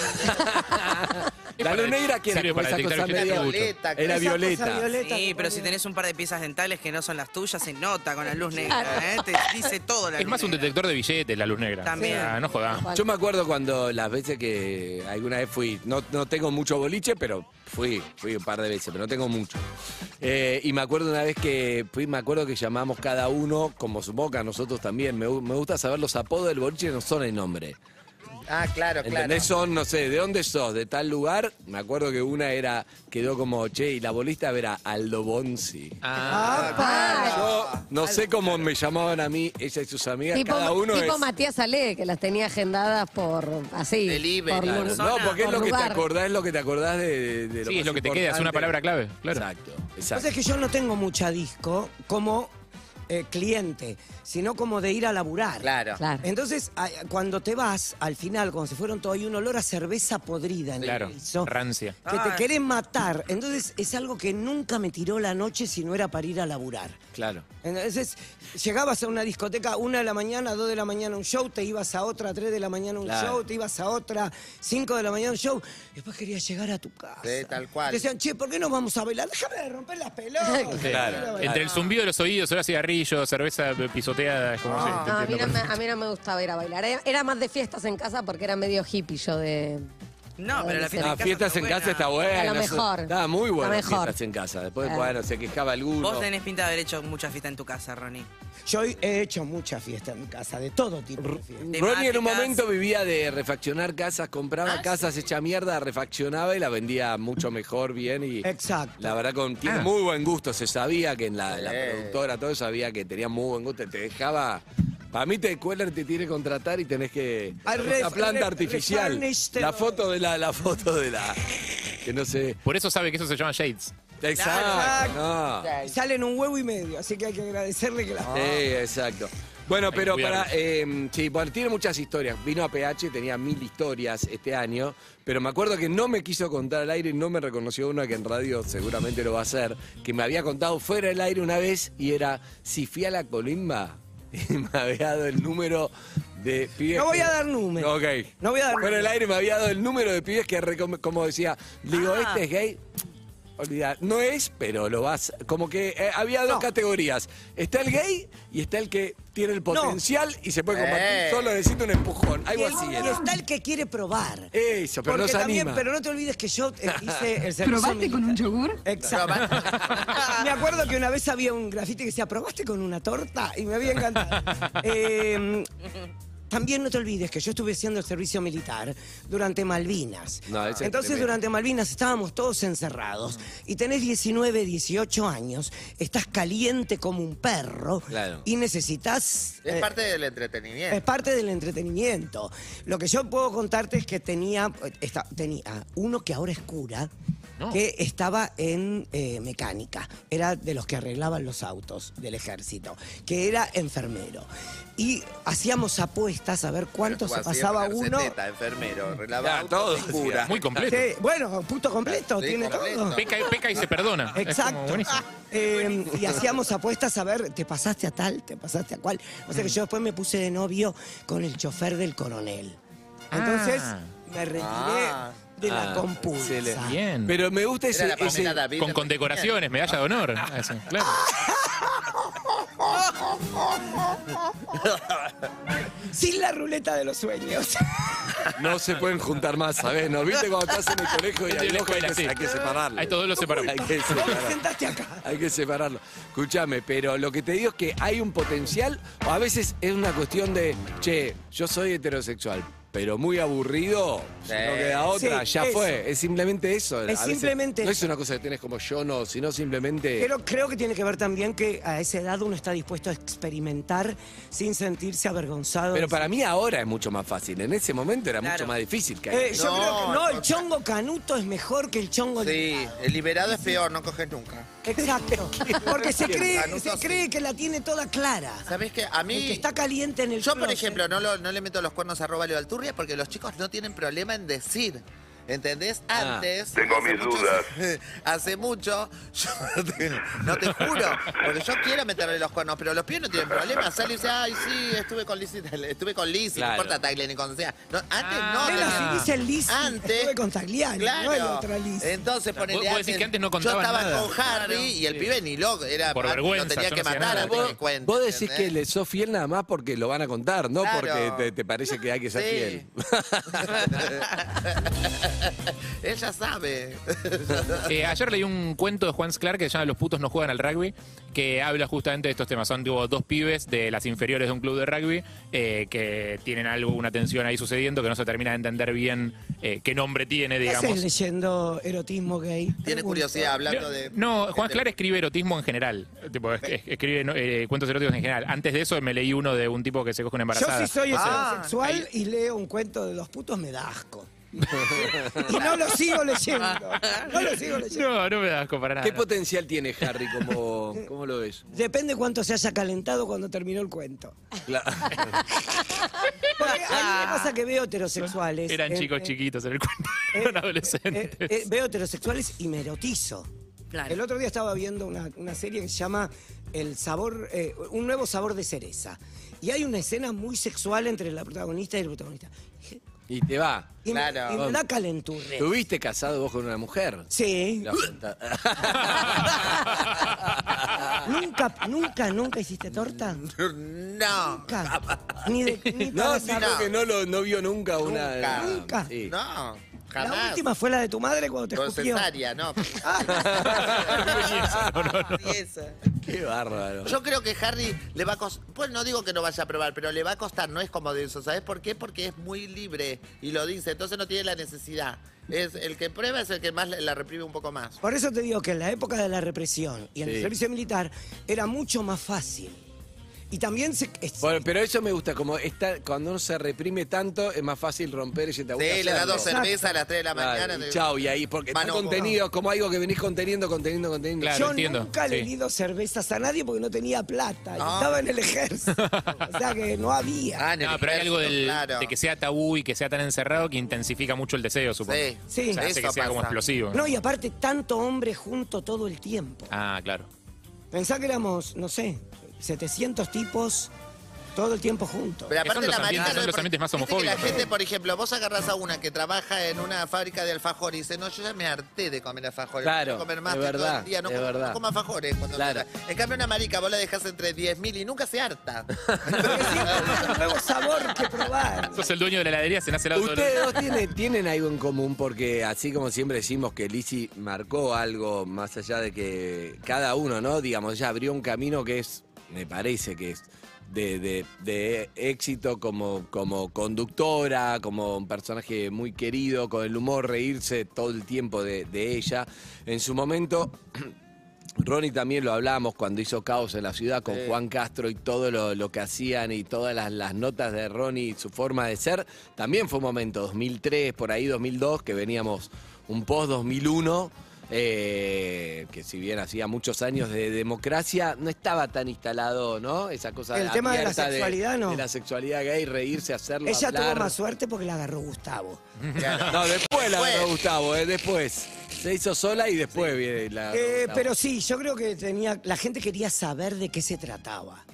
S6: La luz negra que era
S7: Sirve
S6: como
S7: para
S6: esa
S7: detectar
S6: cosa
S7: gente
S6: medio-
S7: de
S9: mucho. Violeta,
S6: Era
S9: esa
S3: Esa cosa
S6: violeta.
S3: violeta
S8: Sí,
S3: que
S8: pero si
S3: ponía.
S8: tenés un par de piezas dentales que no son las tuyas, se nota con la luz negra. ¿eh? Te dice todo la
S7: (laughs) Es
S8: luz
S7: más un
S8: negra.
S7: detector de billetes, la luz negra.
S8: También.
S7: O sea, no jodamos.
S6: Yo me acuerdo cuando las veces que alguna vez fui, no, no tengo mucho boliche, pero fui, fui un par de veces, pero no tengo mucho. Eh, y me acuerdo una vez que fui, me acuerdo que llamamos cada uno, como supongo que a nosotros también, me, gu- me gusta saber los apodos del boliche, no son el nombre.
S9: Ah, claro, claro.
S6: ¿Entendés? Son, no sé, ¿de dónde sos? ¿De tal lugar? Me acuerdo que una era, quedó como, che, y la bolista era Aldo Bonzi. Yo no sé cómo me llamaban a mí, ella y sus amigas,
S10: Tipo,
S6: cada uno
S10: tipo
S6: es...
S10: Matías Ale, que las tenía agendadas por así.
S9: Delivery.
S10: por lu-
S6: Ah, No, porque es
S10: por
S6: lo que te
S10: lugar.
S6: acordás, es lo que te acordás de, de- de lo
S7: Sí, es
S6: más
S7: lo que te queda, es una
S6: importante.
S7: palabra clave. Claro.
S6: Exacto,
S3: Pasa
S6: exacto.
S3: es que yo no tengo mucha disco como eh, cliente, sino como de ir a laburar.
S9: Claro.
S10: Claro.
S3: Entonces, a- cuando te vas, al final, cuando se fueron todos, hay un olor a cerveza podrida en
S7: Claro.
S3: el piso.
S7: Rancia.
S6: Ah,
S3: Que te querés matar. Entonces, es algo que nunca me tiró la noche si no era para ir a laburar.
S6: Claro.
S3: Entonces, llegabas a una discoteca, una de la mañana, dos de la mañana un show, te ibas a otra, tres de la mañana un
S6: Claro.
S3: show, te ibas a otra, cinco de la mañana un show. Después querías llegar a tu casa.
S9: Sí, tal cual.
S3: Decían, che, ¿por qué no vamos a bailar? Déjame de romper
S10: (laughs)
S3: las pelotas.
S6: Claro.
S7: Entre el zumbido de los oídos, ahora cigarrillo, cerveza pisoteada, es como
S6: Ah,
S7: sí, te
S10: No, a, mí
S7: entiendo
S10: no me, a mí no me gustaba ir a bailar. Era- Era más de fiestas en casa porque era medio hippie yo de...
S8: No, pero la fiesta
S6: Las
S8: en casa
S6: Ah, fiestas
S8: está
S6: en casa
S8: buena.
S6: está buena.
S10: Era lo
S6: eso-
S10: mejor.
S6: Estaba muy
S10: Lo
S6: bueno las
S10: mejor.
S6: fiestas en casa. Después,
S10: Claro.
S6: bueno, se quejaba alguno.
S8: Vos tenés pinta de haber hecho mucha fiesta en tu
S6: (laughs)
S8: casa, Ronnie.
S3: Yo he hecho muchas fiestas en mi casa, de todo tipo de fiestas.
S6: Ronnie en un
S8: temáticas.
S6: momento vivía de refaccionar casas, compraba casas hecha mierda, refaccionaba y la vendía mucho mejor, bien y...
S3: Exacto.
S6: La verdad, con, tiene
S7: Ah.
S6: muy buen gusto. Se sabía que en la, la
S9: Sí.
S6: productora, todo sabía que tenía muy buen gusto. Te dejaba. Para mí, te Queller te tiene que contratar y tenés que.
S3: Al
S6: la
S3: ref-
S6: planta
S3: ref-
S6: artificial.
S3: refurnish te
S6: La
S3: lo-
S6: foto de la. La foto de la. que no se...
S7: Por eso sabe que eso se llama Shades.
S6: Exacto. no.
S3: Y Salen un huevo y medio, así que hay que agradecerle que la
S6: Sí, exacto. Bueno,
S3: Ah. Hay que
S6: pero para.
S3: cuidarlos.
S6: eh, sí, bueno, tiene muchas historias. Vino a PH, tenía mil historias este año, pero me acuerdo que no me quiso contar al aire, no me reconoció una que en radio seguramente lo va a hacer, que me había contado fuera del aire una vez y era: si fui a la colimba (laughs) y me había dado el número de pibes.
S3: No voy
S6: que-
S3: a dar número.
S6: Ok.
S3: No voy a dar
S6: Fuera del
S3: número.
S6: aire me había dado el número de pibes que, recom- como decía, digo,
S3: Ah.
S6: este es gay. Olvidar. No es, pero lo vas. Como que eh, había dos categorías. Está el gay y está el que tiene el potencial y se puede compartir.
S3: Eh.
S6: Solo necesita un empujón. Algo así
S3: y
S6: era.
S3: está el que quiere probar.
S6: Eso, pero no
S3: Porque
S6: se
S3: también,
S6: anima.
S3: pero no te olvides que yo eh, hice el servicio.
S11: ¿Probaste
S3: militar.
S11: con un yogur?
S3: Exacto. me acuerdo que una vez había un grafite que decía, ¿probaste con una torta? Y me había
S6: (laughs)
S3: encantado. Eh, también no te olvides que yo estuve haciendo el servicio militar durante Malvinas.
S6: No, ese es
S3: Entonces
S6: tremendo.
S3: durante Malvinas estábamos todos encerrados y tenés 19, 18 años, estás caliente como un perro
S9: Claro.
S3: y necesitas...
S9: Es
S3: eh,
S9: parte del entretenimiento.
S3: es parte del entretenimiento. Lo que yo puedo contarte es que tenía, esta- tenía uno que ahora es cura, que estaba en eh, mecánica. Era de los que arreglaban los autos del ejército, que era enfermero. Y hacíamos apuestas a ver cuánto se
S9: Hacía
S3: pasaba
S9: ponerse
S3: uno.
S9: teta, enfermero, arreglaba autos y
S6: todos,
S9: cura.
S7: Muy completo.
S3: Sí, bueno, punto completo,
S9: Sí,
S3: tiene
S9: completo.
S3: todo.
S7: Peca, peca y se
S3: Ah,
S7: perdona. Es como
S3: Exacto.
S7: Ah, buenísimo.
S6: Ah.
S3: Eh, y hacíamos apuestas a ver, te pasaste a tal, te pasaste a cual. O sea que yo después me puse de novio con el chofer del coronel. Entonces
S6: Ah.
S3: me retiré
S6: Ah.
S3: de la
S6: Ah,
S3: compulsa.
S6: excelente.
S7: Bien.
S6: Pero me gusta ese. ese-
S7: con condecoraciones, medalla de honor. Eso, claro.
S3: Sin la ruleta de los sueños. (laughs)
S6: No se pueden juntar más, ¿sabes? ¿No? ¿Viste cuando estás en el (laughs) colegio y
S7: Estoy en
S6: al
S7: la
S6: ojo hay
S7: escuela, sí.
S6: que, hay que separarlo?
S7: A estos dos los
S6: (laughs)
S7: separamos.
S6: Hay que separarlo. Hay que separarlo. Escúchame, pero lo que te digo es que hay un potencial, o a veces es una cuestión de, che, yo soy heterosexual, pero muy aburrido, si no
S9: Sí.
S6: queda otra,
S3: Sí,
S6: ya
S3: eso.
S6: fue. Es simplemente eso.
S3: Es simplemente
S6: No es
S3: eso.
S6: una cosa que tenés como yo, no, sino simplemente.
S3: Pero creo que tiene que ver también que a esa edad uno está dispuesto a experimentar sin sentirse avergonzado.
S6: Pero para mí ahora es mucho más fácil. En ese momento era mucho más difícil que
S3: Eh,
S6: ahí.
S3: yo creo que no, el chongo canuto es mejor que el chongo
S9: Sí, el liberado es peor, no coges nunca.
S3: Exacto. Porque se cree,
S9: Canuto
S3: se cree que la tiene toda clara.
S9: ¿Sabes qué? A mí.
S3: El que está caliente en el
S9: Yo, por
S3: closet.
S9: ejemplo, no, lo- no le meto los cuernos a Robalio Alturria porque los chicos no tienen problema en decir. ¿Entendés?
S1: Ah.
S9: Antes.
S1: Tengo
S9: hace
S1: mis
S9: muchos-
S1: dudas.
S9: (laughs) hace mucho. (laughs) yo te- no te juro. Porque yo quiero meterle los cuernos, pero los pies no tienen problema. Sale y dice, ay, sí, estuve con Lizzy. Estuve con Lizzy,
S6: Claro.
S9: no importa Tagle ni con sea. No, antes no.
S3: Ah, Menos
S9: tenían-
S3: si dice Lizzy, estuve con Tagliani, no hay
S9: Claro.
S3: otra Lizzy.
S9: Entonces, ponele.
S7: vos decís que antes no
S9: Yo
S7: contaban
S9: estaba
S7: nada.
S9: con Harry
S7: Claro,
S9: y el
S7: sí.
S9: pibe ni loco. Era,
S7: Por
S9: no
S7: vergüenza,
S9: tenía
S7: yo
S9: que
S7: no hacía
S9: matar
S7: nada.
S9: antes que
S7: Vos-
S9: cuente.
S6: Vos decís
S9: ¿entendés?
S6: que le sos fiel nada más porque lo van a contar, no
S9: Claro.
S6: porque te, te parece que hay que ser
S9: Sí.
S6: fiel.
S9: (laughs) Ella sabe.
S7: Eh, ayer leí un cuento de Juan Sclar que se llama Los putos no juegan al rugby, que habla justamente de estos temas. Son tipo, dos pibes de las inferiores de un club de rugby eh, que tienen algo, una tensión ahí sucediendo que no se termina de entender bien eh, qué nombre tiene,
S3: ¿Qué haces
S7: digamos.
S3: leyendo erotismo gay?
S9: Tiene curiosidad hablando de. este
S7: No, Juan Clar escribe erotismo en general. Tipo, es- es- escribe no, eh, cuentos eróticos en general. Antes de eso me leí uno de un tipo que se coge una
S3: Yo
S7: embarazada.
S3: si soy
S7: Ah.
S3: heterosexual y leo un cuento de los putos me da asco. y no lo sigo leyendo. No lo sigo leyendo.
S7: No, no me das asco para nada.
S6: ¿Qué potencial tiene Harry?
S3: (laughs)
S6: como cómo lo ves?
S3: Depende cuánto se haya calentado cuando terminó el
S9: (laughs)
S3: cuento.
S6: Cla- (laughs)
S3: Porque a mí me pasa que veo heterosexuales.
S7: Eran
S3: eh,
S7: chicos
S3: eh,
S7: chiquitos en el cuento. (laughs) Eran
S3: eh,
S7: adolescentes.
S3: eh, veo heterosexuales y me erotizo. El otro día estaba viendo una, una serie que se llama El sabor, eh, un nuevo sabor de cereza. Y hay una escena muy sexual entre la protagonista y el protagonista.
S6: y te va.
S3: Y me- y me da calentura.
S6: ¿Tuviste casado vos con una mujer?
S3: Sí.
S6: La
S9: (laughs)
S6: afronta-
S3: ¿Nunca, nunca, nunca hiciste torta?
S9: No.
S3: Nunca. Ni de, ni
S6: No,
S3: para
S6: sino
S3: saber.
S6: que no, lo, no vio nunca, una.
S3: Nunca.
S6: Sí.
S9: No,
S3: La
S9: jamás.
S3: última fue la de tu madre cuando te
S9: Con
S3: escupió. Ah.
S9: cesárea, no.
S8: (laughs)
S6: Qué bárbaro.
S9: Yo creo que Harry le va a costar. Pues no digo que no vaya a probar, pero le va a costar, no es como de eso. ¿Sabes por qué? Porque es muy libre y lo dice, entonces no tiene la necesidad. Es el que prueba es el que más la- la reprime un poco más.
S3: Por eso te digo que en la época de la represión y en
S9: Sí.
S3: el servicio militar era mucho más fácil. Y también se, es-
S6: Bueno, pero eso me gusta, como está, cuando uno se reprime tanto, es más fácil romper ese tabú.
S9: Sí,
S6: que
S9: le da
S6: hacerlo.
S9: dos cervezas a las 3 de la
S6: Claro,
S9: mañana.
S6: y chao, y ahí, porque está
S9: Manojo.
S6: contenido, como algo que venís conteniendo, conteniendo, conteniendo.
S3: yo nunca le he dado cervezas a nadie porque no tenía plata. y
S6: Ah.
S3: Estaba en el ejército. o sea que no
S9: Ah,
S3: había.
S7: No, pero hay algo del- de que sea tabú y que sea tan encerrado que intensifica mucho el deseo, supongo.
S3: Sí. Sí.
S7: O sea, hace que
S3: Eso
S7: sea como
S3: pasa.
S7: explosivo.
S3: No, y aparte, tanto hombre junto todo el tiempo.
S7: Ah, claro.
S3: Pensá que éramos, no sé, 700 tipos todo el tiempo juntos.
S9: Pero aparte la marica no es por-
S7: ambientes más
S9: viste que
S7: homofóbicos,
S9: La gente,
S7: pero-
S9: por ejemplo, vos agarrás a una que trabaja en una fábrica de alfajores y dice, no, yo ya me harté de comer alfajores.
S6: Claro,
S9: no comer más
S6: es
S9: que todo
S6: verdad,
S9: el día, no,
S6: es
S9: como,
S6: verdad.
S9: no como alfajores. Cuando
S6: Claro.
S9: quiera". En cambio, una marica vos la dejás entre 10.000 y nunca
S6: (laughs)
S9: se harta.
S3: nuevo sabor que probar.
S7: Sos el dueño de la heladería, se nace el auto.
S6: Ustedes dos tienen, tienen algo en común porque así como siempre decimos que Lizzy marcó algo más allá de que cada uno, ¿no? Digamos, ya abrió un camino que es, me parece que es de, de- de éxito como, como conductora, como un personaje muy querido, con el humor, reírse todo el tiempo de, de ella. En su momento... Ronnie también lo hablamos cuando hizo Caos en la Ciudad con
S11: Sí.
S6: Juan Castro y todo lo, lo que hacían y todas las, las notas de Ronnie y su forma de ser. También fue un momento, 2003, por ahí 2002, que veníamos un post-2001, eh, que si bien hacía muchos años de democracia, no estaba tan instalado, ¿no? Esa cosa
S3: El tema de la
S6: abierta
S3: sexualidad, ¿no?
S6: De la sexualidad gay, reírse, hacerlo,
S3: Ella
S6: hablar.
S3: tuvo más suerte porque la agarró Gustavo.
S6: No, después la agarró Gustavo, eh, después. Se hizo sola y después viene la...
S3: Eh,
S6: la-
S3: pero sí, yo creo que tenía, la gente quería saber de qué se trataba.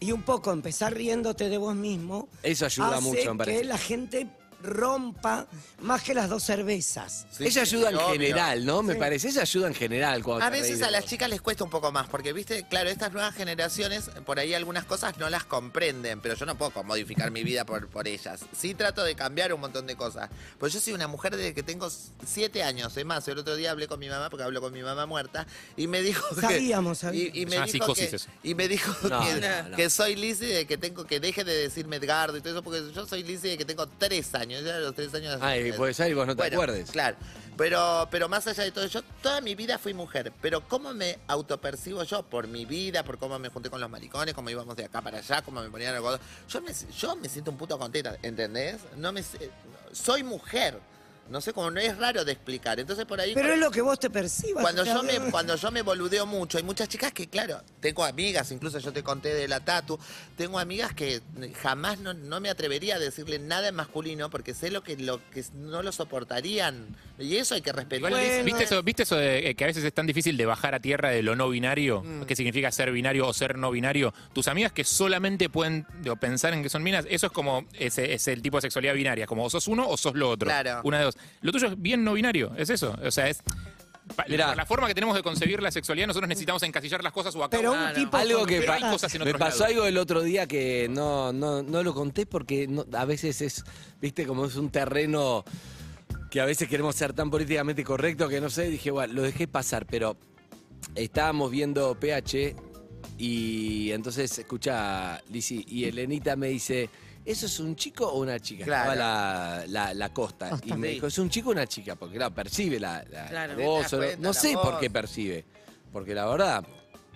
S3: Y un poco empezar riéndote de vos mismo.
S6: Eso ayuda
S3: hace
S6: mucho, me parece.
S3: Que la gente rompa más que las dos cervezas.
S6: ella ayuda en
S9: obvio.
S6: general, ¿no? Me
S9: Sí.
S6: parece, ella ayuda en general. Cuando
S9: A
S6: te reís
S9: veces
S6: de
S9: a las
S6: vos.
S9: chicas les cuesta un poco más, porque, viste, claro, estas nuevas generaciones, por ahí algunas cosas no las comprenden, pero yo no puedo modificar mi vida por, por ellas. Sí trato de cambiar un montón de cosas. Pues yo soy una mujer desde que tengo siete años, es más, el otro día hablé con mi mamá, porque hablo con mi mamá muerta, y me dijo que...
S3: Sabíamos, sabíamos.
S9: y, y
S3: Es
S9: me
S3: una
S9: dijo
S3: psicosis
S9: que,
S3: eso.
S9: y me dijo
S3: No,
S9: que,
S3: no, no.
S9: que soy Lizzy de que tengo que deje de decirme Edgardo y todo eso, porque yo soy Lizzy de que tengo tres años, ya a los tres años...
S6: Ah, y puede ser, y vos no te
S9: Bueno,
S6: acuerdes.
S9: Claro. Pero, pero más allá de todo, yo toda mi vida fui mujer. Pero ¿cómo me autopercibo yo? Por mi vida, por cómo me junté con los maricones, cómo íbamos de acá para allá, cómo me ponían algodón. Yo me, yo me siento un puto contenta, ¿entendés? No me, sé- soy mujer. No sé cómo, no es raro de explicar. Entonces por ahí...
S3: Pero es lo que vos te percibas.
S9: Cuando
S3: o sea, (laughs)
S9: yo, me,
S3: no-
S9: cuando yo me boludeo mucho, hay muchas chicas que, claro, tengo amigas, incluso yo te conté de la tatu, tengo amigas que jamás no, no me atrevería a decirle nada en masculino porque sé lo que, lo que no lo soportarían. Y eso hay que respetar.
S7: Igual, ¿viste, eso, ¿Viste eso de eh, que a veces es tan difícil de bajar a tierra de lo no binario?
S9: Mm.
S7: ¿Qué significa ser binario o ser no binario? Tus amigas que solamente pueden digo, pensar en que son minas, eso es como ese, es el tipo de sexualidad binaria, como o sos uno o sos lo otro.
S9: Claro.
S7: Una de dos. Lo tuyo es bien no binario, es eso. O sea, es. pa- por la forma que tenemos de concebir la sexualidad, nosotros necesitamos encasillar las cosas o acabar.
S3: Pero un tipo
S6: Algo que
S7: pero hay
S6: pa-
S7: cosas en
S6: me
S7: otros
S6: pasó
S7: lados.
S6: algo el otro día que no, no, no lo conté porque no- a veces es, viste, como es un terreno que a veces queremos ser tan políticamente correcto que no sé, dije, bueno, lo dejé pasar, pero estábamos viendo PH y entonces escucha Lisi y Elenita me dice, ¿eso es un chico o una chica?
S9: Claro.
S6: Estaba la, la- la costa.
S9: Costa.
S6: Y me
S9: Sí.
S6: dijo, ¿es un chico o una chica? Porque claro, percibe la, la- la
S9: Claro.
S6: voz.
S9: Te das
S6: o no-
S9: cuenta,
S6: no
S9: la
S6: sé por
S9: voz.
S6: qué percibe. Porque la verdad,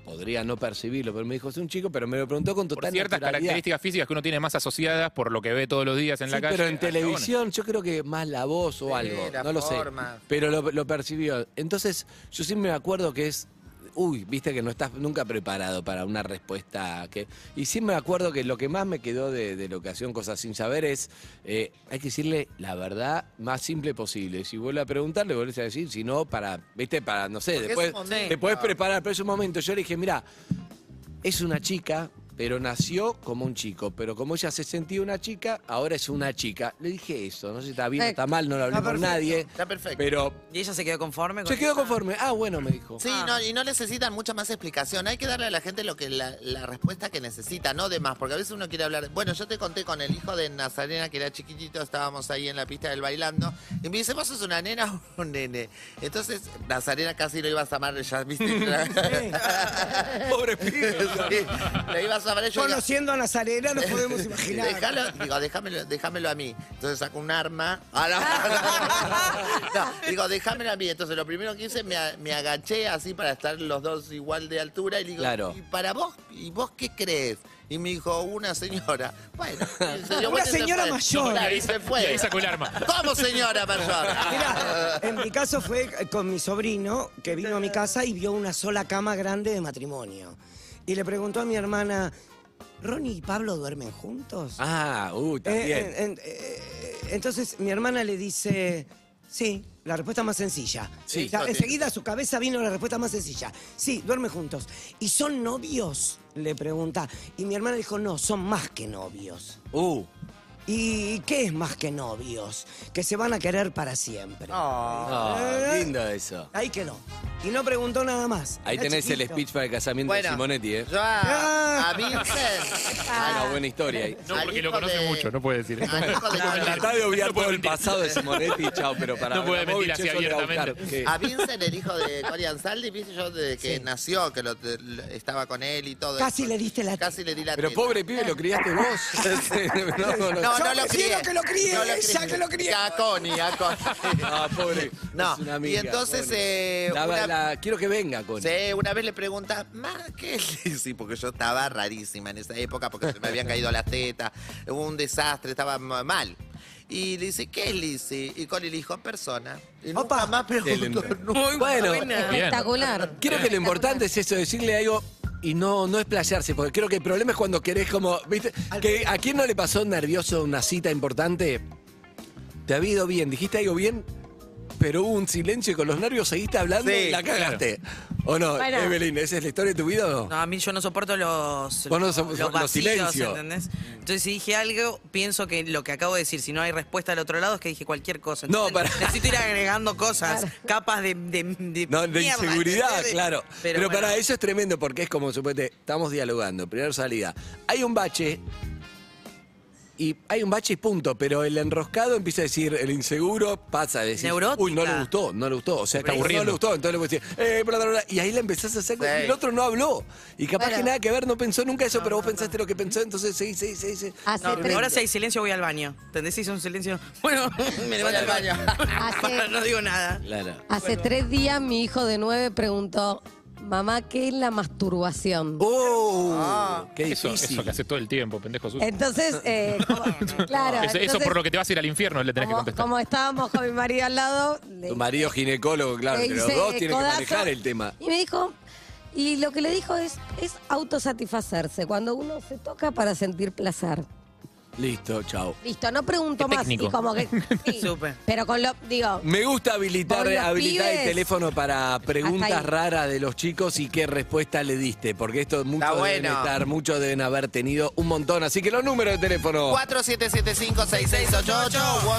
S6: podría no percibirlo, pero me dijo, es un chico, pero me lo preguntó con total
S7: Por ciertas
S6: naturalidad.
S7: características físicas que uno tiene más asociadas por lo que ve todos los días en
S6: Sí,
S7: la calle.
S6: pero en
S7: Ah, bueno.
S6: televisión yo creo que más la voz o
S9: Sí,
S6: algo,
S9: la
S6: no lo
S9: forma.
S6: sé. Pero lo, lo percibió. Entonces, yo sí me acuerdo que es, uy, viste que no estás nunca preparado para una respuesta. que Y sí me acuerdo que lo que más me quedó de, de la ocasión, cosas sin saber, es, eh, hay que decirle la verdad más simple posible. Si vuelve a preguntar, le volvés a decir, si no, para, viste, para, no sé,
S9: Porque es
S6: después
S9: un momento.
S6: te podés preparar, pero es un momento. Yo le dije, mira, es una chica, pero nació como un chico. Pero como ella se sentía una chica, ahora es una chica. Le dije eso, no sé si está bien o está mal, no lo hablé
S9: Está
S6: con
S9: perfecto,
S6: nadie.
S9: Está perfecto.
S6: Pero
S8: ¿Y ella se quedó conforme? Con
S6: se quedó conforme. Ah, bueno, me dijo.
S9: Sí, no, y no necesitan mucha más explicación. Hay que darle a la gente lo que la, la respuesta que necesita, no de más, porque a veces uno quiere hablar. Bueno, yo te conté con el hijo de Nazarena, que era chiquitito, estábamos ahí en la pista del bailando, y me dice, ¿vos sos una nena o un nene? Entonces, Nazarena (laughs) casi lo ibas a amar, ya viste. Pobre
S6: pibe.
S9: lo ibas sabrá yo.
S3: Conociendo a Nazarena no
S9: (laughs)
S3: podemos imaginar.
S9: Déjalo, digo, déjamelo, déjamelo a mí. Entonces saco un arma. Ah, (laughs) no. No, digo, déjamelo a mí. Entonces lo primero que hice, me, a- me agaché así para estar los dos igual de altura y le digo,
S6: Claro.
S9: ¿y para vos? ¿Y vos qué crees? Y me dijo, una señora. Bueno,
S3: Una
S9: vos te
S3: señora
S9: separás.
S3: mayor.
S9: Claro, y se fue.
S7: Y ahí sacó el arma.
S9: ¿Cómo señora mayor?
S3: Mirá, en mi caso fue eh, con mi sobrino que vino a mi casa y vio una sola cama grande de matrimonio. Y le preguntó a mi hermana, ¿Ronnie y Pablo duermen juntos?
S6: Ah, uh, también.
S3: Eh, en- en- eh, entonces mi hermana le dice, sí, la respuesta más sencilla.
S6: Sí.
S3: O sea, enseguida a su cabeza vino la respuesta más sencilla. Sí, duermen juntos. ¿Y son novios? Le pregunta. Y mi hermana dijo, no, son más que novios.
S6: uh,
S3: ¿Y qué es más que novios? Que se van a querer para siempre.
S6: ah, lindo eso.
S3: Ahí quedó. Y no preguntó nada más.
S6: Ahí
S3: Era
S6: tenés el
S3: chiquito.
S6: speech para el casamiento de
S9: Bueno,
S6: Simonetti, ¿eh?
S9: Yo a, a Vincent.
S6: Ah, una buena historia ahí.
S7: No,
S9: Al
S7: porque lo
S9: hijo
S7: conoce
S9: de- Ah,
S7: mucho, no puede decir.
S9: al hijo de-
S6: Tratá de obviar todo el pasado de Simonetti, chao, pero para
S7: No puede mentir
S6: Abramovich
S7: así
S6: eso le va a
S7: abiertamente.
S6: gustar, que-
S9: A Vincent, el hijo de Cory Ansaldi, viste yo desde que nació, que lo- lo- estaba con él y todo.
S3: Casi
S9: eso.
S3: le diste la...
S9: Casi le di la
S6: Pero
S9: teta.
S6: pobre pibe, lo criaste vos. (laughs) no, no, no.
S9: No,
S3: Yo
S9: no lo
S3: prefiero
S9: crié.
S3: que lo críe,
S9: No
S3: ella que lo críe.
S9: A Connie,
S6: (laughs)
S9: a Connie.
S6: Ah, pobre.
S9: No,
S6: Es una amiga,
S9: y entonces,
S6: pobre.
S9: eh,
S6: La-
S9: una-
S6: la- quiero que venga con.
S9: Sí, una vez le pregunta, ma, ¿qué (laughs) es Lizzy?" Porque yo estaba rarísima en esa época porque se me habían caído las tetas, hubo un desastre, estaba m- mal. Y le dice, ¿qué es Lizzy? Y Connie le dijo, persona. Y nunca
S3: Opa.
S9: más preguntó.
S6: Excelente.
S9: nunca.
S6: Muy bueno.
S10: Espectacular.
S6: Creo que lo importante es eso, decirle algo y no, no explayarse, porque creo que el problema es cuando querés como, ¿viste? Que, ¿A quién no le pasó nervioso una cita importante? Te había ido bien, dijiste algo bien, pero hubo un silencio y con los nervios seguiste hablando
S9: Sí,
S6: y la cagaste. ¿O no?
S10: Bueno.
S6: Evelyn, ¿esa es la historia de tu vida o no?
S8: No, a mí yo no soporto los,
S6: Vos no
S8: los,
S6: so- los
S8: vacíos,
S6: silencios. Mm.
S8: ¿entendés? Entonces, si dije algo, pienso que lo que acabo de decir, si no hay respuesta al otro lado, es que dije cualquier cosa.
S6: No,
S8: Entonces,
S6: pará.
S8: Necesito ir agregando cosas, capas de, de, de
S6: No, de
S8: mierda,
S6: inseguridad,
S8: ¿entendés?
S6: claro. Pero,
S8: bueno.
S6: para eso es tremendo porque es como, suponete, estamos dialogando, primera salida. Hay un bache y hay un bache y punto, pero el enroscado empieza a decir, el inseguro pasa a decir,
S8: Neurótica.
S6: uy, no le gustó, no le gustó, o sea,
S7: Está
S6: como no
S7: aburriendo.
S6: le gustó, entonces le voy a decir, eh, bla, bla, bla, y ahí le empezás a hacer cosas
S9: Sí.
S6: y el otro no habló. Y capaz
S10: Bueno.
S6: que nada que ver, no pensó nunca eso, pero vos pensaste lo que pensó, entonces sí, sí, sí, sí.
S10: Hace,
S8: No, pero
S10: tre-
S8: ahora si hay silencio voy al baño. ¿Entendés? Si es un silencio. (laughs) Bueno, me levanto al baño.
S10: Ah,
S8: Para, (laughs) no digo nada.
S6: Claro.
S10: hace tres días mi hijo de nueve preguntó, mamá, ¿qué es la masturbación?
S6: ¡Oh!
S9: Ah.
S6: ¡Qué
S7: Eso,
S6: difícil!
S7: eso que hace todo el tiempo, pendejo sucio.
S10: Entonces,
S6: (laughs)
S10: eh, como- claro.
S7: Eso- eso
S10: entonces,
S7: por lo que te vas a ir al infierno le tenés que
S10: como,
S7: contestar.
S10: como estábamos con mi marido al lado, le,
S6: Tu marido ginecólogo, claro,
S10: le
S6: pero los
S10: hice
S6: dos tienen que
S10: codazo
S6: manejar el tema.
S10: Y me dijo, y lo que le dijo es, es autosatisfacerse, cuando uno se toca para sentir placer.
S6: Listo, chao.
S10: Listo, no pregunto
S7: Qué
S10: más.
S7: técnico.
S10: Y como que. sí,
S8: Súper.
S10: Pero con lo. Digo.
S6: Me gusta habilitar,
S10: Con los
S6: habilitar el
S10: pibes.
S6: teléfono para preguntas
S10: ahí.
S6: raras de los chicos y qué respuesta le diste, porque esto muchos
S9: Está
S6: deben
S9: bueno.
S6: estar, muchos deben haber tenido un montón. Así que los números de teléfono.
S9: 4775-6688 u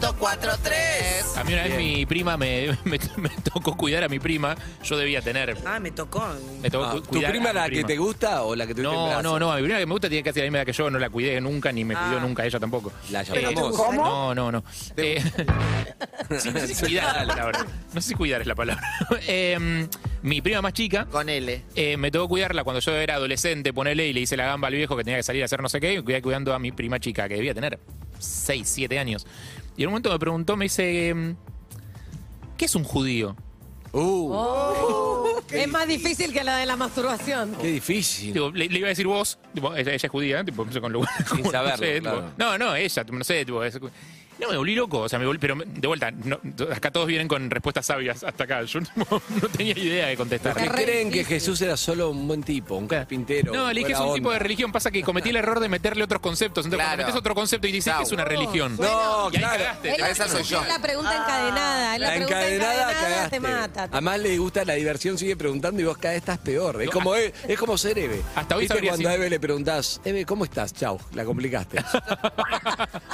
S9: 1168-61-1043.
S7: A mí una vez mi prima me, (laughs) me- me tocó cuidar a mi prima. Yo debía tener.
S8: Ah, me tocó.
S7: Me tocó
S6: Ah,
S7: cu-
S6: ¿Tu
S7: cuidar
S6: prima
S7: a mi
S6: la que te gusta o la que tuviste en
S7: No,
S6: brazos?
S7: no, no. A mi prima que me gusta tiene casi la misma edad que yo. No la cuidé nunca, ni me cuidó
S8: Ah.
S7: nunca ella tampoco.
S6: La
S7: Eh,
S6: llamamos.
S7: No, no, no. Eh, sí, (laughs) no sé si cuidar es la palabra. No sé si cuidar es la palabra. (laughs) Eh, mi prima más chica.
S9: Con L.
S7: eh, me tocó cuidarla cuando yo era adolescente, ponele, y le hice la gamba al viejo que tenía que salir a hacer no sé qué, y cuidé cuidando a mi prima chica, que debía tener 6, 7 años. Y en un momento me preguntó, me dice, em, ¿qué es un judío?
S6: (laughs) Uh,
S10: es más difícil que la de la masturbación.
S6: qué difícil.
S7: Digo, le, le iba a decir vos, tipo, ella, ella es judía, tipo, no sé, con lo (laughs)
S6: Sin
S7: no
S6: saberlo,
S7: sé, tipo,
S6: claro.
S7: No, no, ella, tipo, no sé, tipo, es- no, me volví loco, o sea, me volví, pero me- de vuelta, no, acá todos vienen con respuestas sabias hasta acá, yo (laughs) no, no tenía idea de contestar.
S6: Porque
S10: Es re
S6: creen que
S10: difícil.
S6: Jesús era solo un buen tipo, un
S7: Claro.
S6: carpintero.
S7: No, le dije es
S6: buena
S7: un tipo de
S6: onda.
S7: religión. Pasa que cometí el error de meterle otros conceptos. Entonces,
S9: Claro.
S7: cuando metes otro concepto y dices
S9: Chau.
S7: que es una religión.
S6: No,
S7: y ahí
S6: claro.
S7: cagaste.
S10: Es
S9: A esa soy yo.
S10: es la
S8: Ah.
S10: pregunta encadenada. Es la,
S6: La
S10: pregunta
S6: encadenada,
S10: encadenada,
S6: cagaste.
S10: te mata.
S6: Además le gusta la diversión, sigue preguntando y vos cada vez estás peor. Es
S7: No,
S6: como,
S7: ah.
S6: es, es como ser Eve.
S7: Hasta hoy
S6: ¿Viste
S7: sabría
S6: cuando a
S7: decir-
S6: Eve le preguntás, Eve, ¿cómo estás? Chau, la
S7: (laughs)
S6: complicaste.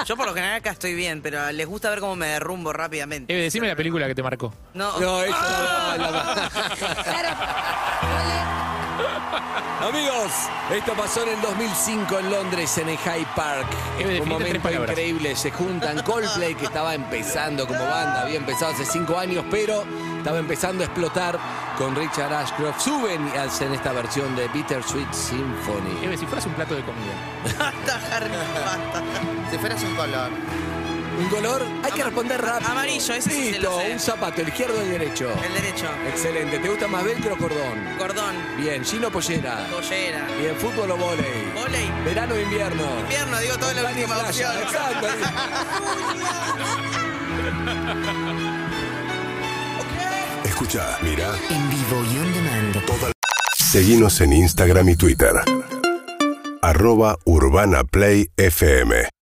S8: Yo por lo general acá estoy bien, pero les gusta ver cómo me derrumbo rápidamente.
S6: Eh,
S7: Eve, decime
S8: (laughs)
S7: Ah. la película que te marcó.
S8: No,
S6: No, eso no, no, no.
S10: Claro. No le-
S6: Amigos, esto pasó en el 2005 en Londres, en el Hyde Park. Es un
S7: definiste tres
S6: momento
S7: palabras.
S6: increíble. Se juntan Coldplay, que estaba empezando como banda, había empezado hace cinco años, pero estaba empezando a explotar con Richard Ashcroft. Suben y hacen esta versión de Bittersweet Symphony.
S7: Eve, si fueras un plato de comida.
S9: Si fueras un color.
S6: ¿Un color? Hay que responder rápido.
S8: amarillo, ese sí se lo
S6: Listo,
S8: sé.
S6: un zapato, el izquierdo o el derecho.
S8: El derecho.
S6: Excelente. ¿Te gusta más velcro o cordón?
S8: Cordón.
S6: Bien, Gino Pollera.
S8: Collera.
S6: Bien, fútbol o volei.
S8: Voley.
S6: Verano o invierno.
S8: Invierno, digo todo en la
S6: Plan y
S8: última
S6: playa.
S8: opción.
S6: Exacto.
S1: Escucha, mira
S11: En vivo y on demand.
S1: toda la... Seguinos en Instagram y Twitter. Arroba Urbana Play FM.